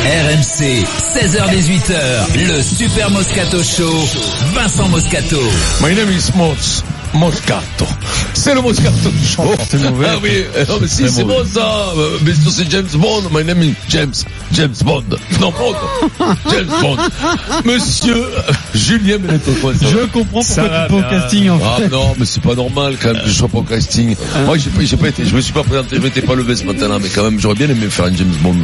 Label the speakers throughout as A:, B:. A: RMC, 16h-18h, le Super Moscato Show, Vincent Moscato.
B: My name is Moz. Moscato. C'est le Moscato Show.
C: Oh, c'est mauvais.
B: Ah oui, euh, non, mais si,
C: C'est
B: c'est
C: mauvais.
B: bon ça. Euh, Mais surtout, c'est James Bond. My name is James. James Bond. Non, Bond. James Bond. Monsieur euh, Julien Benetton. comment ça va
C: Je comprends pourquoi tu
D: va,
C: es pas au
D: bien.
C: casting en
B: Ah
C: fait.
B: non, mais c'est pas normal quand même que je sois pas au casting. Moi, j'ai pas, j'ai pas été, je me suis pas présenté, je m'étais pas levé ce matin-là, mais quand même, j'aurais bien aimé faire un James Bond.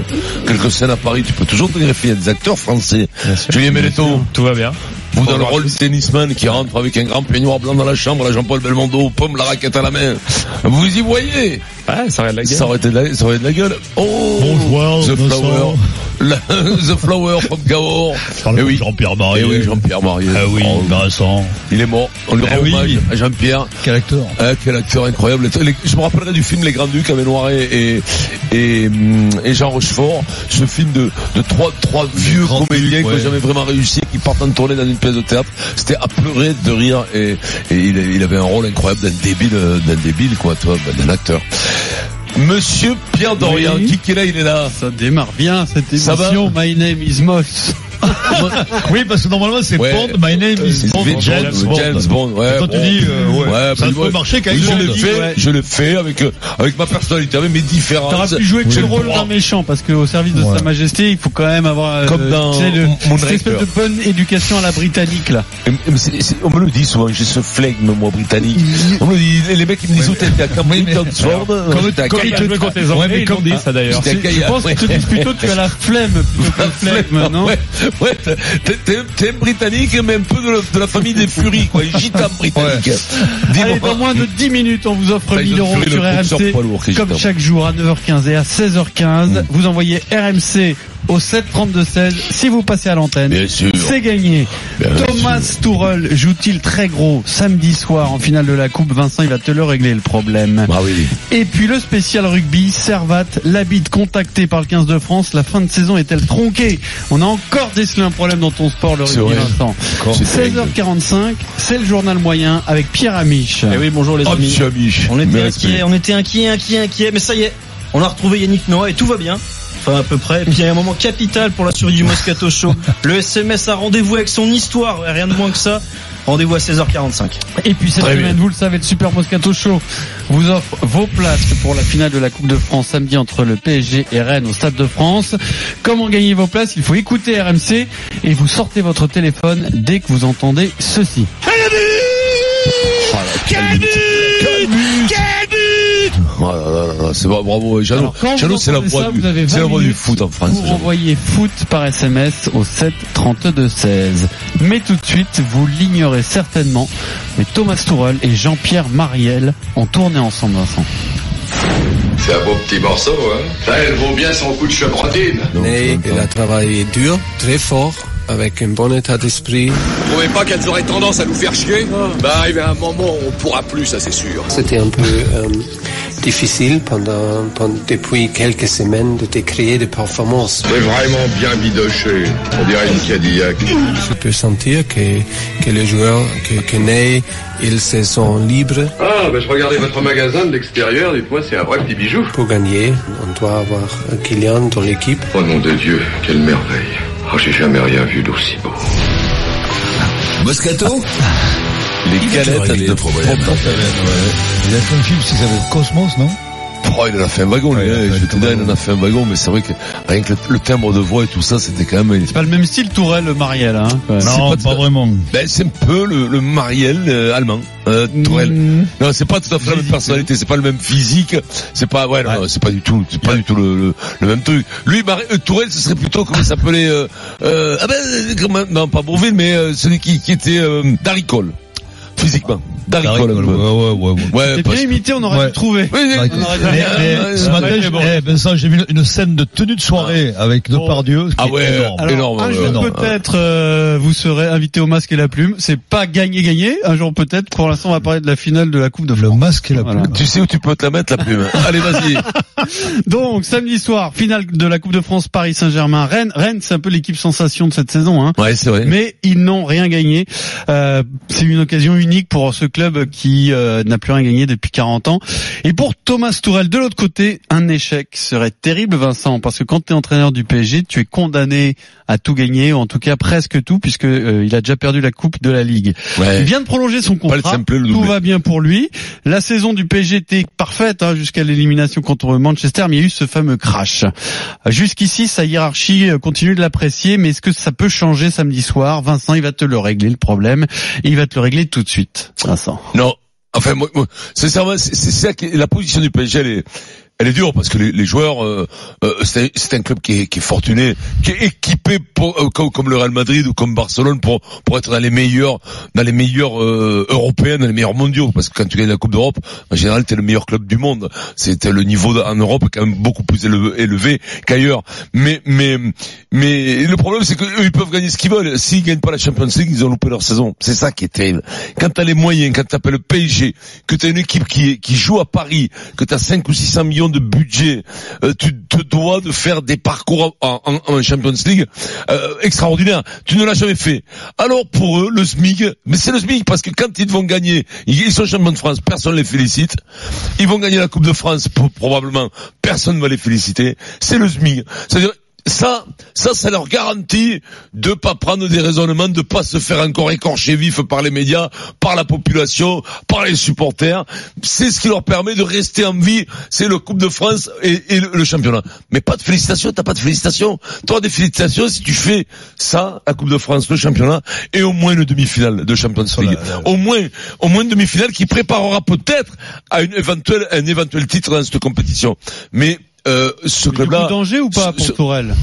B: Quelques scènes à Paris, tu peux toujours te greffer, il y a des acteurs français. Julien Benetton,
D: Tout va bien.
B: vous dans le rôle du tennisman qui rentre avec un grand peignoir blanc dans la chambre, la Jean-Paul Belmondo, pomme la raquette à la main. Vous y voyez
D: Ouais, ça regarde la
B: Ça
D: gueule.
B: aurait été de la, ça aurait été de la gueule. Oh
E: Bonjour,
B: The
E: Vincent.
B: Flower. La- The Flower, Bob Gavor.
E: Parle
B: Eh oui.
E: Jean-Pierre
B: Eh
E: Marié.
B: oui, Jean-Pierre Marié.
E: Ah oui,
B: Oh,
E: Vincent.
B: il est mort. On lui rend
E: Ah oui.
B: hommage à Jean-Pierre.
E: Quel acteur
B: Ah, quel acteur incroyable. Les- Je me rappellerai du film Les Grands Ducs avec Noiret et, et, hum, et Jean Rochefort. Ce film de, de trois, trois vieux
E: Grands
B: comédiens
E: Ducs,
B: qui n'ont
E: ouais.
B: jamais vraiment réussi, qui partent en tournée dans une pièce de théâtre. C'était à pleurer de rire et, et il, il avait un rôle incroyable d'un débile, euh, d'un débile, quoi, toi, bah, d'un acteur. Monsieur Pierre Dorian,
C: Oui.
B: qui qui est là, il est là.
C: Ça démarre bien cette
B: Ça va
C: émission. My name is Moss.
E: Oui, parce que normalement c'est
B: Ouais.
E: Bond, my name is
B: C'est
E: Bond, James Bond.
B: Euh, James Bond, ouais.
E: Quand tu
B: bon.
E: dis, euh, ouais,
B: Ouais,
E: ça
B: puis
E: ne
B: ouais.
E: peut marcher qu'avec
B: Oui, je
E: Bond.
B: le fais,
C: Ouais.
B: je le fais avec euh, avec ma personnalité, avec mes différences.
C: T'auras pu jouer que
B: J'ai
C: le rôle
B: droit.
C: d'un méchant parce qu'au service de
E: Ouais.
C: Sa Majesté, il faut quand même avoir euh,
B: Comme dans
C: tu sais, le-
B: Moonraker.
C: cette espèce de bonne éducation à la britannique là.
B: Et- et c'est- c'est- on me le dit souvent, j'ai ce flegme, moi, britannique. On me le dit, les, les mecs, ils me disent, où t'étais à Cambridge, Oxford, euh,
D: Comme
B: j'étais à
D: comme il a
B: Cambridge.
D: joué contre les Anglais,
E: mais
D: ils l'ont
E: comme-
D: dit ça d'ailleurs.
B: J'étais à
C: Je
B: Gaillard,
C: pense
B: ouais.
C: que tu dis plutôt tu as la flemme plutôt que le flegme, non
B: Ouais, ouais, t'es- t'es- t'es britannique, mais un peu de, la- de la famille des furies, quoi, gitan britannique.
C: Allez, dans moins de 10 minutes, on vous
B: Bah,
C: offre 1000 euros sur RMC. Comme chaque jour à 9h15 et à
B: Mm.
C: 16h15, vous envoyez RMC au 7 32 16 si vous passez à l'antenne.
B: Bien sûr.
C: C'est gagné.
B: Bien
C: Thomas Tourel joue-t-il très gros samedi soir en finale de la Coupe Vincent, il va te le régler le problème.
B: Ah oui.
C: Et puis le spécial rugby, Servat, l'habite contacté par le 15 de France, la fin de saison est-elle tronquée On a encore décelé un problème dans ton sport, le
B: C'est
C: rugby
B: vrai.
C: Vincent.
B: C'est
C: 16h45, c'est le journal moyen avec Pierre Amiche.
F: Eh oui, bonjour les
B: Oh,
F: amis.
B: monsieur Amiche.
F: On
B: mes
F: était
B: respects.
F: inquiets, on était inquiets, inquiets, inquiets, mais ça y est, on a retrouvé Yannick Noah et tout va bien. Enfin, à peu près. Et puis, il y a un moment capital pour la survie du Moscato Show. Le SMS a rendez-vous avec son histoire, rien de moins que ça. Rendez-vous à 16h45.
C: Et puis cette
B: Très
C: semaine, vous le savez, le Super Moscato Show vous offre vos places pour la finale de la Coupe de France samedi entre le PSG et Rennes au Stade de France. Comment gagner vos places Il faut écouter RMC et vous sortez votre téléphone dès que vous entendez ceci.
B: Oh là là là là, c'est bra- bravo. Jeannot,
C: Alors, quand vous
B: Jeannot, c'est la
C: entendez
B: voix
C: ça,
B: du,
C: vous avez
B: c'est la
C: 20
B: voix du
C: minutes
B: foot en France.
C: Vous
B: Jeannot.
C: envoyez foot par SMS au 7 32 16. Mais tout de suite, vous l'ignorez certainement, mais Thomas Tourel et Jean-Pierre Mariel ont tourné ensemble Vincent.
G: C'est un beau petit morceau, hein Ça, elle vaut bien son coup de chevrotine.
H: Mais elle a travaillé dur, très fort, avec un bon état d'esprit.
G: Vous trouvez pas qu'elles auraient tendance à nous faire chier Bah, arrive un moment où on pourra plus, ça c'est sûr.
H: C'était un peu euh, difficile pendant, pendant- depuis quelques semaines de décrier des performances.
G: C'est vraiment bien bidoché. On dirait une Cadillac.
H: Je peux sentir que, que les joueurs que, que Ney, ils se sont libres
G: Ah, bah je regardais votre magasin de l'extérieur, dites-moi, c'est un vrai petit bijou.
H: pour gagner. On doit avoir euh, Kylian dans l'équipe.
G: Oh nom de Dieu, quelle merveille. Oh, j'ai jamais rien vu d'aussi beau.
A: Moscato
B: Les galettes de
A: problème.
E: Il a fait un film, si ça s'appelle Cosmos, non
B: Oh, il en a fait un wagon, lui.
E: Ouais, il en a
B: hein.
E: fait
B: Je vais te
E: un
B: dire, il
E: wagon.
B: en a fait un wagon, mais c'est vrai que rien que le, le timbre de voix et tout ça, c'était quand même.
C: C'est pas le même style Tourel Mariel hein. quand même.
E: Non,
B: pas
E: pas,
B: tout à-
E: vraiment.
B: Ben, c'est un peu le, le Mariel euh, allemand, euh, Tourelle.
E: Mm.
B: Non, c'est pas tout à fait la même
E: hein.
B: personnalité, c'est pas le même physique, c'est pas, ouais, non, non, c'est pas du tout, c'est pas du tout le, le, le même truc. Lui, Mar- euh, Tourelle, ce serait plutôt comme il s'appelait, euh, euh, ah ben, euh, comment- non, pas Bourvil, mais euh, celui qui, qui était euh, Darry Cole, physiquement. Darry
E: Ouais,
B: Cole, un peu.
E: ouais, ouais, ouais.
B: Ouais,
C: T'es
B: parce-
C: bien imité, on aurait
E: Ouais.
C: pu trouver.
B: Oui, oui,
E: D'accord.
C: aurait-
E: Mais- mais
B: Ouais,
E: ce
B: ouais,
E: matin,
B: ouais,
E: j'ai-
B: bon.
E: eh, Vincent, j'ai vu une scène de tenue de soirée avec Depardieu. qui
B: Ah
E: est
B: ouais,
E: énorme.
C: Alors,
B: énorme,
C: un
B: ouais,
C: jour
E: énorme.
C: peut-être euh, vous serez invité au masque et la plume. C'est pas gagné gagné. Un jour peut-être. Pour l'instant, on va parler de la finale de la Coupe de
E: Le
C: France.
E: masque et la
C: Voilà.
E: plume.
B: Tu sais où tu peux te la mettre, la plume. Allez, vas-y.
C: Donc samedi soir, finale de la Coupe de France Paris Saint-Germain Rennes. Rennes, c'est un peu l'équipe sensation de cette saison. Hein.
B: Ouais, c'est vrai.
C: Mais ils n'ont rien gagné. Euh, c'est une occasion unique pour ce club qui euh, n'a plus rien gagné depuis 40 ans. Et pour Thomas Tourel, de l'autre côté, un échec serait terrible, Vincent, parce que quand tu es entraîneur du PSG, tu es condamné à tout gagner, ou en tout cas presque tout, puisque euh, il a déjà perdu la Coupe de la Ligue. Il
B: Ouais.
C: vient de prolonger son
B: Eh, Pas le
C: contrat.
B: simple, le
C: Tout
B: doublé.
C: va bien pour lui. La saison du PSG était parfaite hein, jusqu'à l'élimination contre Manchester, mais il y a eu ce fameux crash. Euh, Jusqu'ici, sa hiérarchie euh, continue de l'apprécier, mais est-ce que ça peut changer samedi soir Vincent, il va te le régler le problème, et il va te le régler tout de suite, Vincent.
B: Non. Enfin, moi, moi, sincèrement, c'est c'est ça qui est- la position du PSG, elle est, elle est dure parce que les, les joueurs, euh, euh, c'est c'est un club qui est, qui est fortuné, qui est équipé pour, euh, comme, comme le Real Madrid ou comme Barcelone pour pour être dans les meilleurs, dans les meilleurs euh, européens, dans les meilleurs mondiaux. Parce que quand tu gagnes la Coupe d'Europe, en général, t'es le meilleur club du monde. C'est t'as le niveau en Europe est quand même beaucoup plus élevé, élevé qu'ailleurs. Mais mais mais le problème, c'est qu'eux, ils peuvent gagner ce qu'ils veulent. S'ils gagnent pas la Champions League, ils ont loupé leur saison. C'est ça qui est terrible. Quand t'as les moyens, quand t'appelles le PSG, que t'as une équipe qui, est- qui joue à Paris, que t'as 5 ou 600 millions de budget, euh, tu te dois de faire des parcours en, en- en Champions League euh, extraordinaires. Tu ne l'as jamais fait. Alors pour eux, le SMIG, mais c'est le SMIG parce que quand ils vont gagner, ils ils sont champions de France, personne les félicite. Ils vont gagner la Coupe de France, pro- probablement, personne ne va les féliciter. C'est le SMIG. C'est-à-dire, ça, ça, ça leur garantit de pas prendre des raisonnements, de pas se faire encore écorcher vif par les médias, par la population, par les supporters. C'est ce qui leur permet de rester en vie. C'est le Coupe de France et, et le, le championnat. Mais pas de félicitations, t'as pas de félicitations. Toi, des félicitations si tu fais ça, la Coupe de France, le championnat et au moins une demi-finale de Champions
C: Oh
B: League. Au moins, au moins une demi-finale qui préparera peut-être à une éventuelle, un éventuel titre dans cette compétition. Mais euh, ce
C: Du coup,
B: club-là,
C: danger ou pas pour
B: ce-
C: Tourelle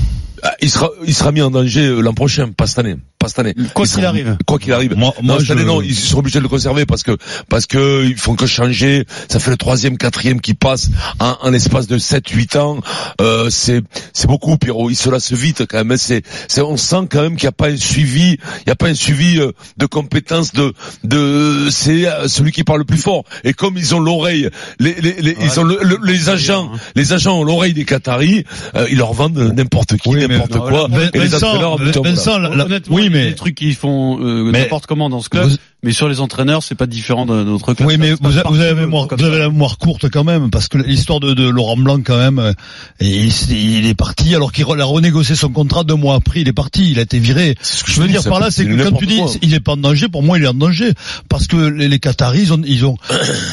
B: ah, il sera, il sera mis en danger euh, l'an prochain, pas cette année, pas cette année.
C: Quoi
B: Ils
C: qu'il
B: seront-
C: arrive.
B: Quoi qu'il arrive.
E: Moi- moi,
B: non, cette année,
E: je-
B: non, ils sont obligés de le conserver parce que, parce que ils font que changer. Ça fait le troisième, quatrième qui passe en, en l'espace de 7, 8 ans. Euh, c'est, c'est beaucoup, Pierrot. Ils se lassent vite quand même. hein. C'est, c'est, on sent quand même qu'il n'y a pas un suivi, il n'y a pas un suivi euh, de compétences de, de, c'est euh, celui qui parle le plus fort. Et comme ils ont l'oreille, les, les, les- ils ont le- le- les agents,
E: hein.
B: les agents ont l'oreille des Qataris, euh, ils leur vendent n'importe qui,
E: Oui, mais
B: n'importe
E: non,
B: quoi.
E: voilà.
B: et les
E: Vincent,
B: entraîneurs, putain, voilà.
E: Vincent, la- la-
C: Honnêtement,
E: oui,
C: il y a
E: mais
C: des trucs qui font euh,
E: Mais-
C: n'importe comment dans ce club,
E: Vous-
C: mais sur les entraîneurs, c'est pas différent de notre club.
E: Oui,
C: Ça
E: mais
C: se passe
E: vous, a- vous
C: partout,
E: avez,
C: euh,
E: la mémoire-
C: comme
E: vous
C: ça.
E: avez la mémoire courte quand même, parce que l'histoire de, de Laurent Blanc quand même, euh, et il, s- il est parti alors qu'il re- a renégocié son contrat deux mois après, il est parti, il a été viré.
B: C'est ce que
E: Je veux
B: dis,
E: dire
B: ça
E: par là,
B: peut-
E: c'est que quand
B: n'importe
E: tu dis
B: quoi.
E: il est pas en danger, pour moi il est en danger parce que les, les Qataris ils ont, ils ont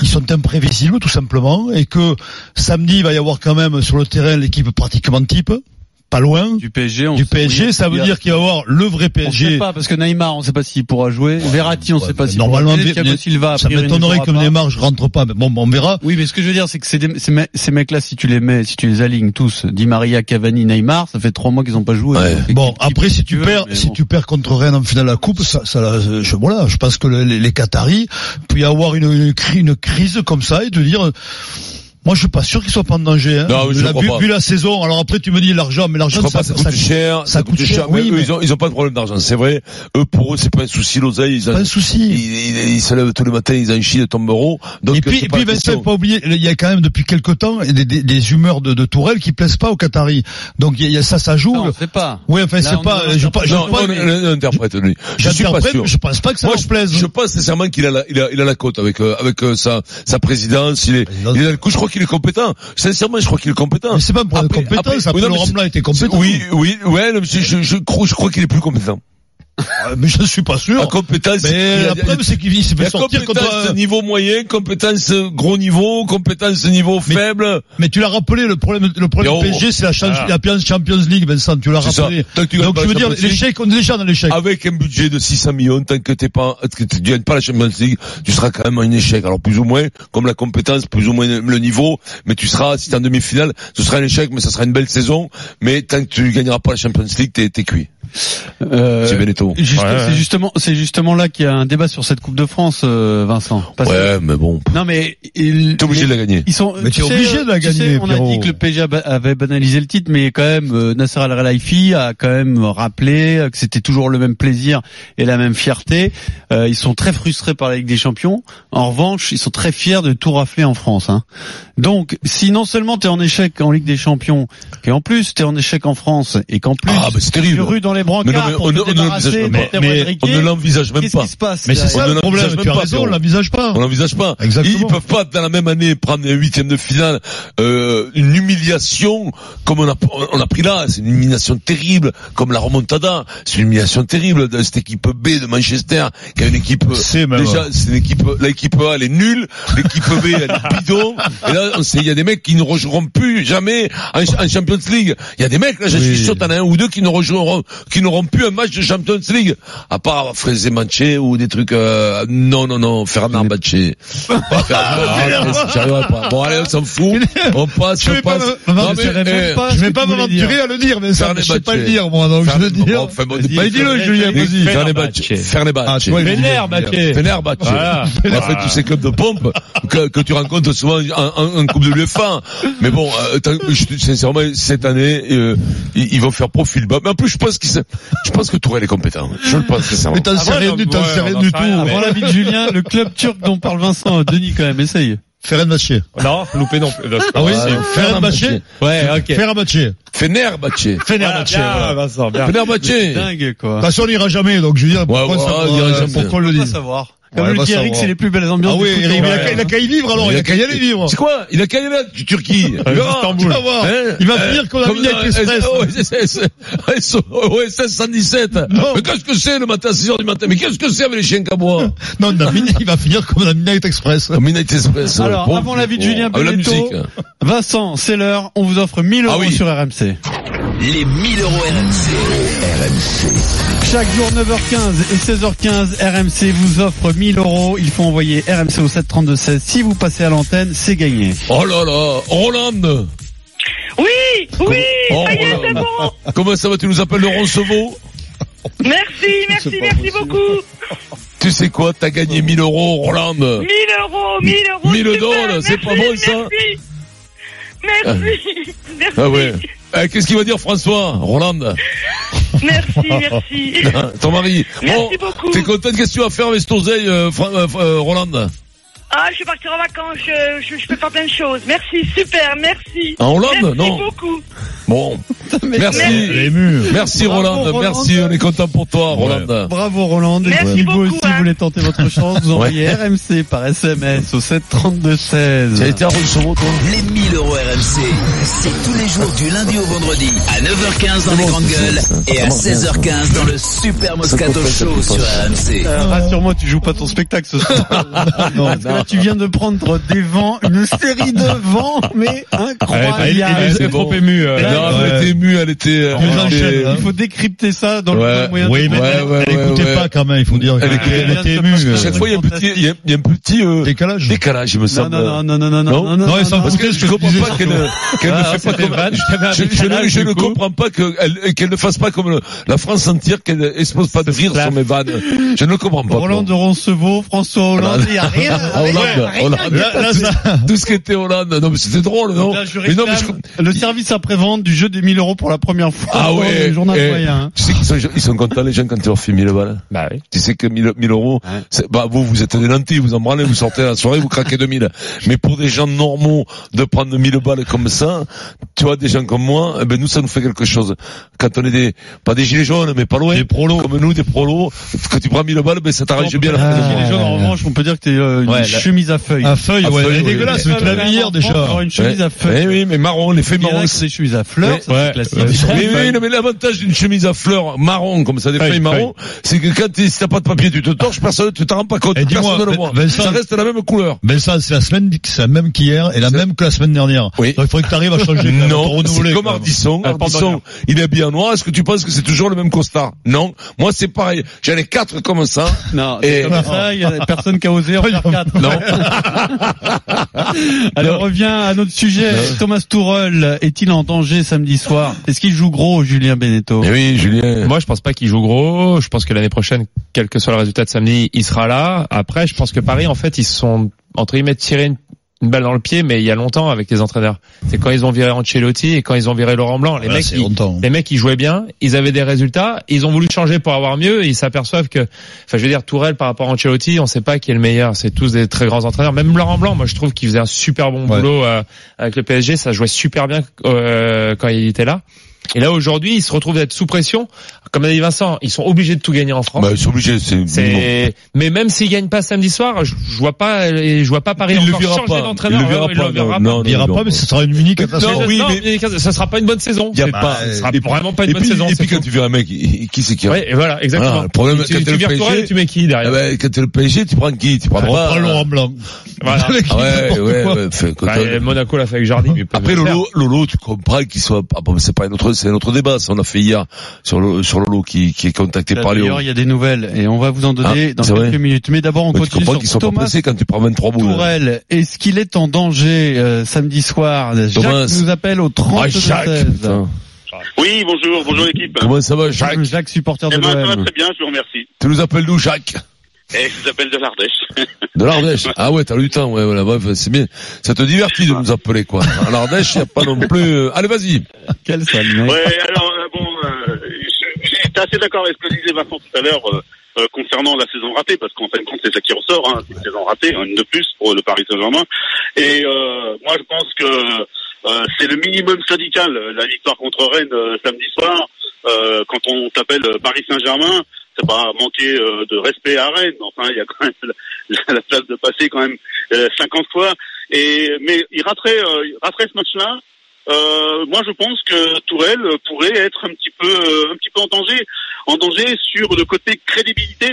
E: ils sont imprévisibles tout simplement et que samedi il va y avoir quand même sur le terrain l'équipe pratiquement type, pas loin
C: Du PSG, on
E: du
C: sait- oui,
E: PSG, ça
C: il y
E: veut
C: a-
E: dire qu'il va y avoir le vrai
C: On sait
E: PSG.
C: pas parce que Neymar, on sait pas s'il pourra jouer. Verratti, on
E: ouais,
C: sait pas
E: mais
C: s'il
E: normalement,
C: pourra jouer.
E: mais-
C: Thiago
E: mais
C: Silva, a
E: Ça
C: priori, ne
E: m'étonnerait
C: jouera
E: que
C: pas.
E: Neymar je rentre pas, mais bon, bon, on verra.
C: Oui, mais ce que je veux dire, c'est que ces, des- ces, me- ces mecs-là, si tu les mets, si tu les alignes tous, Di Maria, Cavani, Neymar, ça fait trois mois qu'ils ont pas joué.
B: Ouais.
C: Donc,
E: Bon,
C: équipe-
E: après,
C: équipe
E: si tu
C: veux,
E: perds,
C: mais
E: si
C: bon.
E: tu perds contre Rennes en finale de la coupe, ça, ça, euh, je, voilà, je pense que le- les, les Qataris, peut y avoir une, une, cri- une crise comme ça et de dire, euh, moi, je suis pas sûr qu'ils soient pas en danger, hein.
B: Non, mais je
E: La-
B: crois
E: vu,
B: pas.
E: vu la saison, alors après, tu me dis l'argent, mais
B: Je
E: l'argent,
B: crois
E: ça,
B: pas, ça coûte
E: ça-
B: cher,
E: ça coûte cher,
B: mais
E: oui,
B: eux,
E: mais-
B: ils ont, ils ont pas de problème d'argent, c'est vrai. Eux, pour eux, c'est pas un souci, l'oseille, ils,
E: pas
B: ont-
E: un
B: ils,
E: souci.
B: ils, ils se lèvent tous les matins, ils enchient des tombereaux. Donc,
E: et
B: euh,
E: puis,
B: c'est
E: et
B: pas
E: puis
B: la
E: Vincent,
B: question.
E: pas oublier, il y a quand même depuis quelque temps des, des, des humeurs de, de Tourelle qui plaisent pas aux Qataris. Donc il y a- il y a ça, ça joue.
C: Ça, on sait pas.
E: oui, enfin
C: Là,
E: c'est
C: on-
E: pas,
C: on-
E: je, pas- je,
B: Non,
E: pas-
B: non, non, non, non, interprète, lui. Je suis pas
E: j'interprète,
B: sûr.
E: mais je pense pas que ça
B: Moi,
E: leur plaise.
B: Je pense sincèrement qu'il a la, il a, il a la cote avec, euh, avec euh, sa, sa présidence. Il est,
E: Présidence.
B: il a le coup. Je crois qu'il est compétent. Sincèrement, je crois qu'il est compétent.
E: Mais c'est pas pour la
B: Après- après-
E: compétence,
B: oui,
E: après
B: non, mais
E: Laurent
B: c'est-
E: Blanc était compétent.
B: Oui, oui, ouais, non, mais c'est- je, je, crois, je crois qu'il est plus compétent.
E: Ah, Mais je suis pas sûr.
B: La compétence, il y a- il
E: Mais
B: y a-
E: le problème, c'est qu'il s'est
B: il y
E: fait
B: a
E: sortir contre.
B: compétence
E: un-
B: niveau moyen, compétence gros niveau, compétence niveau
E: Mais-
B: faible.
E: Mais tu l'as rappelé, le problème, le problème
B: Yo.
E: du PSG, c'est la, chance- la Champions League, Vincent. Tu l'as
B: C'est ça.
E: rappelé.
B: Tant que tu gagnes
E: Donc
B: pas
E: je
B: la
E: veux dire,
B: Champions League,
E: l'échec, on est déjà dans l'échec.
B: Avec un budget de 600 millions, tant que t'es pas, que tu gagnes pas la Champions League, tu seras quand même un échec. Alors plus ou moins, comme la compétence, plus ou moins le niveau, mais tu seras, si t'es en demi-finale, ce sera un échec, mais ça sera une belle saison. Mais tant que tu gagneras pas la Champions League, t'es, t'es cuit.
C: Euh,
B: C'est Benetton.
C: juste-
E: Ouais, ouais.
C: C'est justement, c'est justement là qu'il y a un débat sur cette Coupe de France, euh, Vincent. Parce que-
B: Ouais, mais bon.
C: non, mais il-
B: T'es obligé de la gagner.
C: Ils sont,
E: Mais tu es
C: sais,
E: obligé de la
C: tu sais,
E: gagner,
C: on a dit
E: Pierrot.
C: que le PSG ab- avait banalisé le titre, mais quand même, euh, Nasser Al Khelaifi a quand même rappelé euh, que c'était toujours le même plaisir et la même fierté. Euh, ils sont très frustrés par la Ligue des Champions. En revanche, ils sont très fiers de tout rafler en France. hein. Donc, si non seulement t'es en échec en Ligue des Champions, et en plus t'es en échec en France, et qu'en plus
B: Ah, mais c'est
C: tu
E: bah,
B: terrible.
C: rues dans dans les brancards
B: Mais non, mais
C: pour
B: on-
C: te
B: on- on-
C: débarrasser,
B: mais-
C: pour te
E: mais-
B: On ne
C: rebriquer.
B: l'envisage même
C: Qu'est-ce
B: pas.
C: qui se passe
E: Mais c'est
C: derrière
E: ça le
B: ne l'envisage
E: problème,
B: même
E: tu as
B: pas,
E: raison, on
B: Pierrot.
E: l'envisage pas.
B: On l'envisage pas.
E: Exactement.
B: Ils peuvent pas, dans la même année, prendre un huitième de finale, euh, une humiliation comme on a, on a pris là. C'est une humiliation terrible, comme la remontada. C'est une humiliation terrible de cette équipe B de Manchester, qui a une équipe... euh,
E: C'est même-
B: Déjà, c'est une équipe, l'équipe A, elle est nulle, l'équipe B, elle est bidon. Et là, on sait, il y a des mecs qui ne rejoueront plus jamais en, en Champions League. Il y a des mecs, là, je suis sûr, t'en as un hein, ou deux qui ne rejoueront, qui n'auront plus un match de Champions League. À part Fraisé Manché ou des trucs, euh, non, non, non, Fernand Manché.
E: Ah,
B: ah, Bon, allez, on s'en fout. On passe, on passe. Non, mais, eh,
E: Je vais pas m'aventurer à le dire, mais ça,
B: Faire les
E: je sais pas
B: matchs.
E: le dire, moi, donc je
B: Faire
E: vais le
B: les-
E: dire.
B: bon, enfin, bon,
E: Bah, dis-le, Julien, vas-y. Ah,
B: Fenerbahçe. Fenerbahçe.
E: il dit-
B: Fenerbahce.
C: Voilà.
B: En fait, tous ces clubs de pompe que, que tu rencontres souvent en, en- en Coupe de l'UEFA. Mais bon, euh, t'as- je te- sincèrement, cette année, euh, ils, ils vont faire profil bas. Mais en plus, je pense qu'ils, se- je pense que Tourelle est compétent. Je le pense sincèrement.
E: Mais t'en sais rien du, t'en sais rien du tout.
C: Avant la vie de Julien, le club turc dont parle Vincent, Denis quand même, essaye.
E: Fenerbahçe.
D: Non, loupé non plus.
E: Ah oui,
B: Ah,
E: Fenerbahçe.
C: Ouais, ok.
E: Fenerbahçe.
B: Fenerbahçe.
D: Voilà,
E: Fenerbahçe.
D: bien,
E: voilà.
D: Ah, Vincent, bien.
B: Fenerbahçe.
C: Ah, Dingue, quoi.
E: De toute façon, on n'ira jamais, donc je veux dire, pourquoi
B: ouais,
E: ça-
B: on n'ira
E: euh,
B: jamais.
E: pourquoi on le
C: Bah, On va
E: dit
C: savoir. Comme
E: Ouais,
C: le
E: va
C: dit Eric,
E: savoir.
C: c'est les plus belles ambiances.
E: Ah oui,
C: du foot
E: Eric, il
C: européen.
E: a qu'à- il a qu'à y vivre alors, il a qu'à y aller vivre.
B: C'est quoi Il a qu'à y aller, tu- Turquie. Il verra.
E: Tu vas voir.
B: Hein
E: Il va
B: Euh,
E: finir qu'on a
B: comme
E: mis avec
B: dans
E: l'Express.
B: SOS, SOS, OSS 117.
E: Non.
B: Mais qu'est-ce que c'est le matin, 6 heures du matin Mais qu'est-ce que c'est avec les chiens cabois
E: Non, on a mis- il va finir comme la Midnight Express.
B: Comme Midnight Express.
C: Alors,
B: Bon,
C: avant la vie de
B: bon,
C: Julien
B: avec la
C: Benetto,
B: musique.
C: Vincent, c'est l'heure. On vous offre 1000 euros
B: Ah oui.
C: sur RMC.
A: Les 1000 euros RMC.
C: Chaque jour 9h15 et 16h15, RMC vous offre 1000 euros. Il faut envoyer RMC au 732-16. Si vous passez à l'antenne, c'est gagné.
B: Oh là là, Roland
I: Oui, oui,
B: Oh,
I: ça y est, c'est
B: voilà.
I: bon.
B: Comment ça va Tu nous appelles le Roncevaux
I: Merci, merci, merci beaucoup.
B: Tu sais quoi T'as gagné 1000 euros, Roland
I: 1000 euros, 1000 euros.
B: 1000
I: super,
B: dollars, c'est pas
I: merci,
B: bon, ça
I: Merci, merci,
B: Ah ouais. Eh, Qu'est-ce qu'il va dire François Roland
I: merci, merci.
B: Ton mari Bon,
I: Merci beaucoup.
B: t'es contente Qu'est-ce que tu vas faire avec cette oseille, euh, Fra- euh, euh, Roland
I: Ah, je vais partir en vacances, je, je, je peux faire plein de choses. Merci, super, merci.
B: En Hollande
I: Merci
B: Non.
I: beaucoup.
B: Bon,
I: Merci.
B: merci.
E: Ému.
B: Merci
C: Bravo,
B: Roland,
C: Roland.
B: merci, on est content pour toi Roland.
C: Bravo Roland. Et
I: Merci
C: si vous
I: beaucoup,
C: aussi
I: hein.
C: voulez tenter votre chance, vous
B: Ouais.
C: envoyez RMC par SMS au
B: Tu as
C: 732-16.
B: été à Roncevaux toi
A: Les 1000 euros RMC. C'est tous les jours du lundi au vendredi à 9h15 dans les grandes gueules et à 16h15 dans le Super Moscato Show sur RMC.
C: Euh, Rassure-moi, tu joues pas ton spectacle ce soir. non, parce que là, tu viens de prendre des vents, une série de vents, mais
E: bah,
D: il
C: incroyable.
D: est trop ému. euh,
C: Là,
B: Non,
E: ouais.
B: elle était émue, elle était. euh,
E: Deux
B: elle
E: enchaînes,
B: était-
E: hein.
C: Il faut décrypter ça dans
B: Ouais.
C: le moyen.
E: Oui, mais
B: Ouais,
E: elle,
B: ouais,
E: elle
B: ouais,
E: écoutait
B: ouais.
E: pas quand même, il faut dire.
B: Elle
E: qu'elle-
B: écoutait-
E: elle était émue.
B: À chaque fois, il y a un petit, il y a, il y a un petit euh,
E: Décalage.
B: décalage, il me
C: Non,
B: semble.
C: non, non, non, non, non, non,
B: Non
C: non, non,
E: Non, elle s'en
C: non.
B: Parce
E: Écoutez
B: que
E: ce
B: je
E: que
B: comprends
E: je disais, ah,
B: pas qu'elle ne- qu'elle ne fait pas comme je, je ne, je ne comprends pas qu'elle qu'elle ne fasse pas comme le- la France entière qu'elle expose pas de rire sur mes vannes. Je ne le comprends pas.
C: Roland de Roncevaux, François Hollande, il y a rien.
B: Ah, Hollande, Hollande.
E: Là, là, ça-
B: Tout ce qui était Hollande, non mais c'était drôle, non
C: Là, je
B: Mais non, mais je
C: réclame le service après-vente du jeu des 1000 euros pour la première fois.
B: Ah
C: dans
B: ouais,
C: le journal
B: eh.
C: moyen. hein.
B: Tu sais qu'ils sont, ils sont contents les gens quand tu leur fais 1000 balles.
D: Bah oui.
B: Tu sais que 1000, 1000 euros, c'est- bah vous vous êtes des lentilles, vous en branlez, vous sortez à la soirée, vous craquez 2000. Mais pour des gens normaux de prendre 1000 balles comme ça, tu vois des gens comme moi, eh ben nous ça nous fait quelque chose. Quand on est des pas des gilets jaunes mais pas loin,
E: Des prolos. ah,
B: comme nous des prolos, quand tu prends 1000 balles, ben ça t'arrange bien la fin
C: Les
B: de
C: gilets
B: mois.
C: jaunes, en revanche, on peut dire que t'es euh, une
E: Ouais, là-
C: chemise à feuilles.
E: À feuille,
B: À
E: ouais.
B: feuille,
E: Elle est
B: oui.
E: dégueulasse,
C: Ouais,
E: tu l'as
C: ouais,
E: mis hier
C: en
E: déjà.
C: France, avoir une chemise à
B: Eh
C: feuilles.
B: oui, mais marron, les
C: Il
B: faits
C: y en
B: marron.
C: a qui ont des chemises à fleurs,
B: Ouais.
C: ça, c'est classique.
B: Oui, oui, non, mais l'avantage d'une chemise à fleurs marron, comme ça, des
D: Feuille,
B: feuilles marron, c'est que quand t'es- si t'as pas de papier, tu te torches, personne, tu t'en rends pas compte,
E: Eh, dis-moi,
B: personne ne le voit.
E: Vincent-
B: Ça reste la même couleur.
E: Mais ça, c'est la semaine, c'est la même qu'hier et la
B: C'est-
E: même que la semaine dernière.
B: Oui.
E: Donc, il faudrait que t'arrives à changer. quand même, pour
B: Non,
E: renouveler,
B: c'est comme
E: quand même.
B: Ardisson.
D: Ah, pardon,
B: Ardisson, il est bien noir. Est-ce que tu penses que c'est toujours le même costard Non. Moi, c'est pareil. J'en ai quatre comme ça.
C: Non,
B: Et-
C: c'est comme ça, il y a personne qui a osé en faire quatre.
B: Non.
C: Allez, on revient à notre sujet. Thomas Tourel est-il en danger samedi soir Est-ce qu'il joue gros, Julien Beneteau
B: Mais Eh oui, Julien.
D: Moi, je pense pas qu'il joue gros. Je pense que l'année prochaine, quel que soit le résultat de samedi, il sera là. Après, je pense que Paris, en fait, ils se sont, entre guillemets, tirés une, une balle dans le pied, mais il y a longtemps avec les entraîneurs. C'est quand ils ont viré Ancelotti et quand ils ont viré Laurent Blanc. Les
E: Voilà,
D: mecs,
E: Bah, c'est
D: ils,
E: longtemps.
D: les mecs, ils jouaient bien, ils avaient des résultats, ils ont voulu changer pour avoir mieux, et ils s'aperçoivent que, enfin, je veux dire, Tourelle par rapport à Ancelotti, on sait pas qui est le meilleur. C'est tous des très grands entraîneurs. Même Laurent Blanc, moi, je trouve qu'il faisait un super bon
E: Ouais.
D: boulot euh, avec le PSG. Ça jouait super bien euh, quand il était là. Et là, aujourd'hui, ils se retrouvent à être sous pression. Comme a dit Vincent, ils sont obligés de tout gagner en France.
B: Bah, ils sont obligés, c'est. minimum.
D: C'est- mais même s'ils gagnent pas samedi soir, je, je vois pas, je vois pas Paris
B: Il le
D: encore
B: verra
D: changer
B: pas.
D: d'entraîneur.
B: Il le
J: hein,
B: verra
D: Ouais,
B: pas, non, non,
E: Il ira
B: non,
E: pas, mais
B: non.
E: ce sera une mini catastrophe.
D: Non,
B: oui,
D: non,
B: mais-
D: mais ça sera pas une bonne saison.
B: Il y a
D: C'est
B: pas- euh,
D: ça sera
B: et puis-
D: vraiment pas une
B: et
D: bonne
B: puis-
D: saison.
B: Et
D: c'est
B: puis quand
D: tout.
B: tu verras un mec, il- il- qui c'est qui
D: Ouais, et voilà, exactement.
B: Voilà, le problème,
D: tu,
B: quand
D: tu
B: t'es le
D: vires
B: PSG,
D: Tourelle et tu mets qui
B: Ah
D: derrière
B: ben, quand t'es le PSG, tu prends qui Tu prends
E: On
B: pas.
E: prend
D: euh,
E: Laurent Blanc.
D: Voilà.
B: Ah ouais, ouais, ouais. fait, quand
D: Bah,
B: on-
D: et Monaco l'a fait avec Jardim. ils peuvent
B: Après
D: le faire.
B: Lolo, Lolo, tu comprends qu'il soit. Ah bon, c'est pas un autre, c'est un autre débat. Ça, on a fait hier sur Lolo, sur Lolo qui, qui est contacté par Léo.
C: D'ailleurs, il y a des nouvelles et on va vous en donner
B: Ah,
C: dans
B: c'est
C: quelques
B: vrai.
C: minutes. Mais d'abord, on
B: Ouais, tu
C: continue
B: comprends qu'ils sont
C: sur
B: pas
C: Thomas
B: pressés euh quand tu prends 23 boules.
C: Tourelle. Est-ce qu'il est en danger euh, samedi soir Jacques
B: Thomas.
C: nous appelle au 30
B: Ah, Jacques,
C: 16.
B: putain.
J: Oui, bonjour, bonjour l'équipe.
B: Comment ça va, Jacques
C: Jacques, supporter de
J: Eh ben, ça va
C: l'OM.
J: très bien, je vous remercie.
B: Tu nous appelles d'où, Jacques
J: Et je vous appelle de l'Ardèche.
B: De l'Ardèche. Ah ouais, t'as du temps, ouais, voilà, bref, c'est bien. Ça te divertit de nous appeler, quoi. À l'Ardèche, y a pas non plus... euh, Allez, vas-y
C: Quel sale mec.
J: ouais, alors, euh, bon, euh, je- j'étais assez d'accord avec ce que disait Vincent tout à l'heure euh, euh, concernant la saison ratée, parce qu'en fin de compte, c'est ça qui ressort, hein, c'est une saison ratée, hein, une de plus pour le Paris Saint-Germain. Et euh, moi, je pense que euh, c'est le minimum syndical, euh, la victoire contre Rennes euh, samedi soir, euh, quand on t'appelle euh, Paris Saint-Germain, c'est pas manquer euh, de respect à Rennes, enfin, il y a quand même la, la place de passer quand même euh, 50 fois. Et, mais il raterait, euh, il raterait ce match-là, euh, moi, je pense que Tourelle euh, pourrait être un petit peu, euh, un petit peu en danger, en danger sur le côté crédibilité.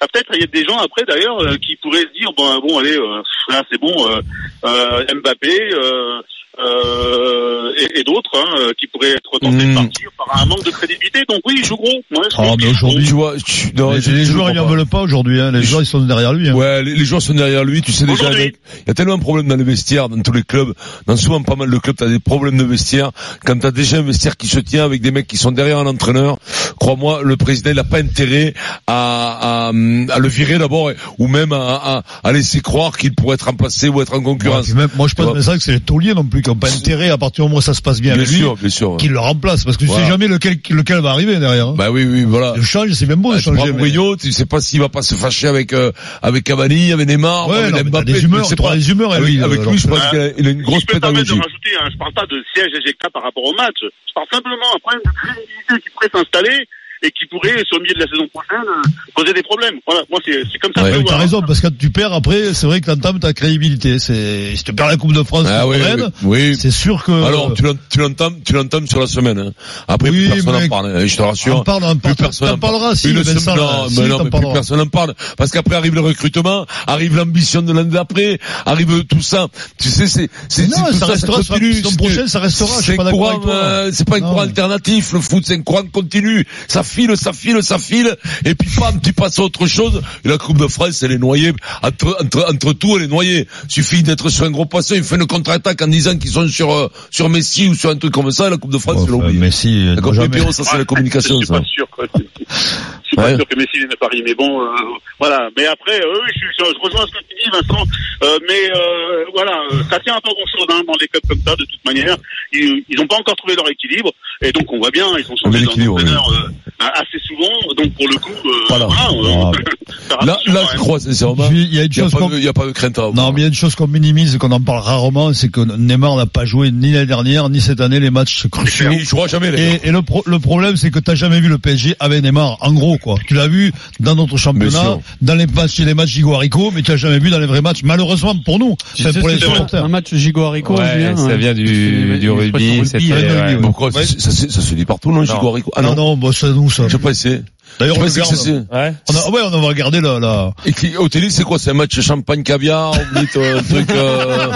J: Ah, Peut-être il y a des gens après d'ailleurs euh, qui pourraient se dire bon bon allez euh, là c'est bon euh, euh, Mbappé euh, euh, et, et d'autres hein, euh, qui pourraient être tentés
B: Mm.
J: de partir par un manque de crédibilité donc oui ils jouent gros moi je
E: Ah,
J: pense
E: mais
J: qu'ils jouent
E: aujourd'hui,
B: Tu vois, tu- non,
E: les,
B: je-
E: les
B: je
E: joueurs, ils
B: comprends
E: en
B: pas.
E: veulent pas aujourd'hui. Hein. Les joueurs, ils sont derrière lui. Hein.
B: Ouais, les, les joueurs sont derrière lui, tu sais déjà.
J: Aujourd'hui.
B: mec, Il y a tellement de problèmes dans les vestiaires, dans tous les clubs, dans souvent pas mal de clubs, t'as des problèmes de vestiaire. Quand t'as déjà un vestiaire qui se tient avec des mecs qui sont derrière un entraîneur, crois-moi, le président il n'a pas intérêt à, à, à le virer d'abord, ou même à, à, à laisser croire qu'il pourrait être remplacé ou être en
E: Ouais,
B: concurrence.
E: puis même, moi, je pense
B: Ouais.
E: même ça que c'est les tauliers non plus qui n'ont pas intérêt à partir du moment où ça se passe bien
B: bien
E: avec lui,
B: sûr, bien sûr. ouais.
E: qu'il le remplace parce que tu
B: Voilà.
E: sais jamais lequel, lequel va arriver derrière. hein.
B: Bah oui, oui, voilà.
E: le change, c'est même bon
B: Ah,
E: de
B: tu prends
E: changer. mais-
B: Mourinho, tu sais pas s'il va pas se fâcher avec euh, avec Cavani, avec Neymar,
E: Ouais, non,
B: avec
E: mais t'as
B: Mbappé.
E: des
B: tu
E: humeurs,
B: sais
E: tu prends
B: pas.
E: les humeurs,
B: Avec,
E: lui,
B: avec
E: euh,
B: lui, je
E: alors.
B: pense qu'il a, il a une grosse
J: je peux permettre
B: pédagogie.
J: de rajouter, hein, je parle pas de siège éjectable par rapport au match, je parle simplement d'un problème de crédibilité qui pourrait s'installer et qui pourrait, sur le milieu de la saison prochaine, euh, poser des problèmes. Voilà, moi c'est c'est comme ça
B: Ouais.
J: que je
E: Ouais,
J: le
E: t'as
J: vois. hein.
E: raison, parce que quand tu perds, après, c'est vrai que t'entames ta crédibilité. C'est, si tu perds la Coupe de France,
B: Ah
E: contre
B: oui,
E: Rennes,
B: oui. oui.
E: c'est euh, sûr que.
B: Alors, tu l'en- tu l'entends, tu l'entends sur la semaine. Hein. Après,
E: Oui,
B: plus personne n'en
E: mec.
B: parle. hein, Je te
E: on
B: rassure.
E: parle, on
B: Plus
E: parle,
B: personne
E: t'en
B: n'en parle.
E: parlera, si,
B: Une semaine-
E: Vincent, là,
B: non,
E: si,
B: mais non,
E: t'en
B: mais plus
E: parleras.
B: personne n'en parle. Parce qu'après arrive le recrutement, arrive l'ambition de l'année d'après, arrive tout ça. Tu sais, c'est, c'est,
E: Non,
B: c'est tout
E: ça restera sur la
B: continue,
E: saison
B: c'est-
E: prochaine, ça restera, je suis
B: C'est
E: pas
B: un
E: d'accord
B: courant,
E: avec toi.
B: euh, c'est pas un
E: Non.
B: courant alternatif. Le foot, c'est un courant continu. Ça file, ça file, ça file. Et puis, bam, tu passes à autre chose. Et la Coupe de France, elle est noyée. Entre, entre, entre tout, elle est noyée. Suffit d'être sur un gros poisson. Ils font une contre-attaque en disant qu'ils sont sur, euh, sur Messi ou sur un truc comme ça. Et la Coupe de France,
E: Ouais,
B: elle l'a oublié.
E: mais si, euh,
B: D'accord, mais
E: jamais.
B: Pierrot, ça, c'est la communication,
J: Je suis
B: ça.
J: pas sûr. quoi. Je suis pas
B: Ouais.
J: sûr que Messi vienne à Paris, mais bon, euh, voilà. Mais après, euh, oui, je, suis- je rejoins ce que tu dis, Vincent. Euh, mais euh, voilà, euh, ça tient à pas grand-chose hein, dans les clubs comme ça, de toute manière. Ils n'ont pas encore trouvé leur équilibre, et donc on voit bien, ils ont
B: Mais
J: changé
B: l'équilibre,
J: d'entraîneur euh, assez souvent. Donc pour le coup, euh,
B: Voilà. Ah.
J: voilà, euh, faire
B: Là,
J: attention,
B: là,
J: quand
B: je
J: même.
B: crois, sincèrement.
E: Puis, il y a une
B: Il n'y a,
E: chose
B: pas
E: qu'on,
B: de- il y a pas de crainte à avoir.
E: non, mais il y a une chose qu'on minimise, qu'on en parle rarement, c'est que Neymar n'a pas joué ni l'année dernière, ni cette année, les matchs cruciaux.
B: Il jouera jamais, les gars.
E: Et, et le, pro- le problème, c'est que t'as jamais vu le PSG avec Neymar, en gros, quoi. Tu l'as vu dans notre
B: Mais
E: championnat,
B: sûr.
E: dans les matchs, les matchs Iguarico, mais tu l'as jamais vu dans les vrais matchs, malheureusement pour nous,
C: Tu
E: enfin,
C: sais
E: pour
C: ce
E: les
C: que c'est
E: supporters.
C: un match Gigo Haricot,
D: Ouais,
C: Julien,
D: ça
C: hein.
D: vient du-
C: C'est-
D: du
C: une expression
D: rugby, c'était-
C: hein.
E: ouais.
B: Mais pourquoi
E: Ouais.
B: ça, ça- ça se dit partout, non, Gigorico Ah non,
E: Ah, non, non, bah, c'est nous, ça.
B: je pensais.
E: D'ailleurs,
B: Je
E: on
B: pensais que
E: regarde.
B: ça, c'est...
D: Ouais.
E: On a- ouais, on va regarder là, là.
B: Et qui, au tennis, c'est quoi C'est un match champagne caviar, vous dites euh, un truc euh,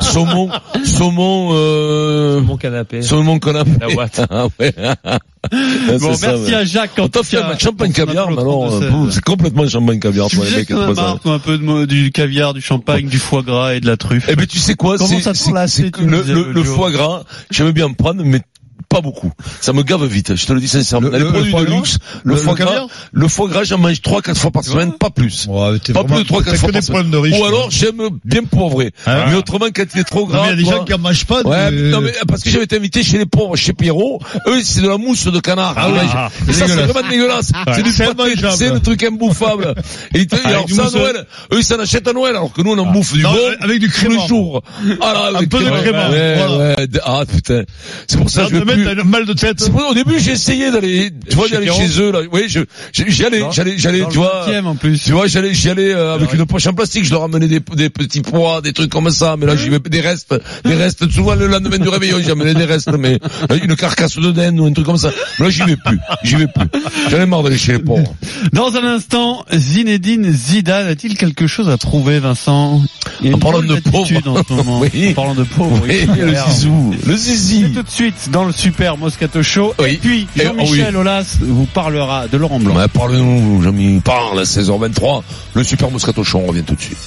B: saumon, saumon, euh,
D: Mon canapé.
B: saumon canapé.
D: La ouate.
B: Ah ouais. Ah, c'est
C: Bon,
B: ça,
C: merci
B: ouais.
C: à Jacques.
B: Quand
C: en
B: t'as
C: tout
B: fait un
C: cas,
B: match champagne
C: pour son
B: caviar, mais
C: appel au
B: alors,
C: 32,
B: euh,
C: seize.
B: boum, c'est complètement champagne caviar,
C: Tu
B: toi, les
C: sais
B: mecs,
C: que
B: ils
C: t'en as
B: font ça.
C: marre, toi, un peu de mo- du caviar, du champagne, du foie gras et de la truffe.
B: Eh ben, tu sais quoi
C: Comment
B: c'est-
C: ça te
B: c'est-
C: prend la
B: c'est
C: tête,
B: que
C: tu
B: le,
C: disais
B: le-
C: l'autre
B: le
C: jour
B: foie gras, j'aime bien en prendre, mais pas beaucoup. Ça me gave vite, je te le dis sincèrement.
E: Le-
B: les
E: le-
B: produits
E: le foie
B: de
E: gras
B: luxe, le,
E: Le-
B: foie
E: le
B: gras,
E: caviar
B: le foie gras, j'en mange trois, quatre fois par semaine, pas plus.
E: Ouais, t'es
B: Pas
E: vraiment-
B: plus de trois,
E: t'as
B: quatre fois
E: que
B: par
E: des
B: semaine.
E: problèmes de riches.
B: Ou
E: toi.
B: alors, j'aime bien poivré.
E: Ah.
B: Mais autrement, quand il est trop
E: Non,
B: gras.
E: mais il y a des
B: toi,
E: gens qui en mangent pas.
B: Ouais,
E: mais-
B: non, mais parce que j'avais été invité chez les pauvres, chez Pierrot. Eux, c'est de la mousse de canard.
E: Ah
B: Ils
E: oui,
B: mangent.
E: ah,
B: et ça, c'est
E: dégueulasse.
B: vraiment dégueulasse. C'est du
E: c'est
B: pâté,
E: immangeable. Ah,
B: c'est le truc imbouffable. Et, te- et alors,
E: du
B: ça, à
E: mousseux. Ah.
B: Noël, eux, ils s'en achètent à Noël, alors que nous, on en bouffe du
E: Non, euh,
B: bon.
E: avec du
B: tous les
E: crémant.
B: jours. Ah, là, avec
E: peu de
B: crème.
E: crémant,
B: Ouais,
E: voilà.
B: ouais, d- Ah, putain. C'est pour ça
E: Non,
B: que je vais
E: te mets
B: plus, début.
E: t'as une mal de tête.
B: C'est pour ça, au début, j'ai essayé d'aller, tu vois,
D: Chez
B: d'aller
D: Pierrot
B: chez eux, là. Oui, je, j'ai- j'allais, j'allais, j'allais,
C: Dans
B: tu
C: le
B: vois.
C: cinquième, en plus.
B: Tu vois, j'allais, j'allais, euh, avec
E: Ouais.
B: une poche en plastique, je leur amenais des, des petits pois, des trucs comme ça, mais là, j'y vais, des restes, des restes, souvent le lendemain du réveillon, j'amenais des restes, mais, euh, une carcasse de dinde ou un truc comme ça. Mais là, j'y vais plus, j'y vais plus. J'en ai marre d'aller chez les pauvres.
C: Dans un instant, Zinedine Zidane a-t-il quelque chose à prouver, Vincent Il y a une
B: En parlant
C: drôle
B: de
C: d'attitude
B: pauvres.
C: en ce moment.
B: Oui.
C: En parlant de pauvres.
B: Oui,
C: il
B: Eh, le
C: a l'air.
B: zizou, le
C: C'est
B: zizi.
C: tout de suite dans le super Moscato Show.
B: Oui.
C: Et puis,
B: Et-
C: Jean-Michel
B: oh oui.
C: Aulas vous parlera de Laurent Blanc.
B: Ouais, parle-nous, Jamy, parle à 16h23. Le super Moscato Show, on revient tout de suite.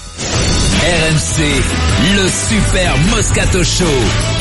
A: RMC, le super Moscato Show.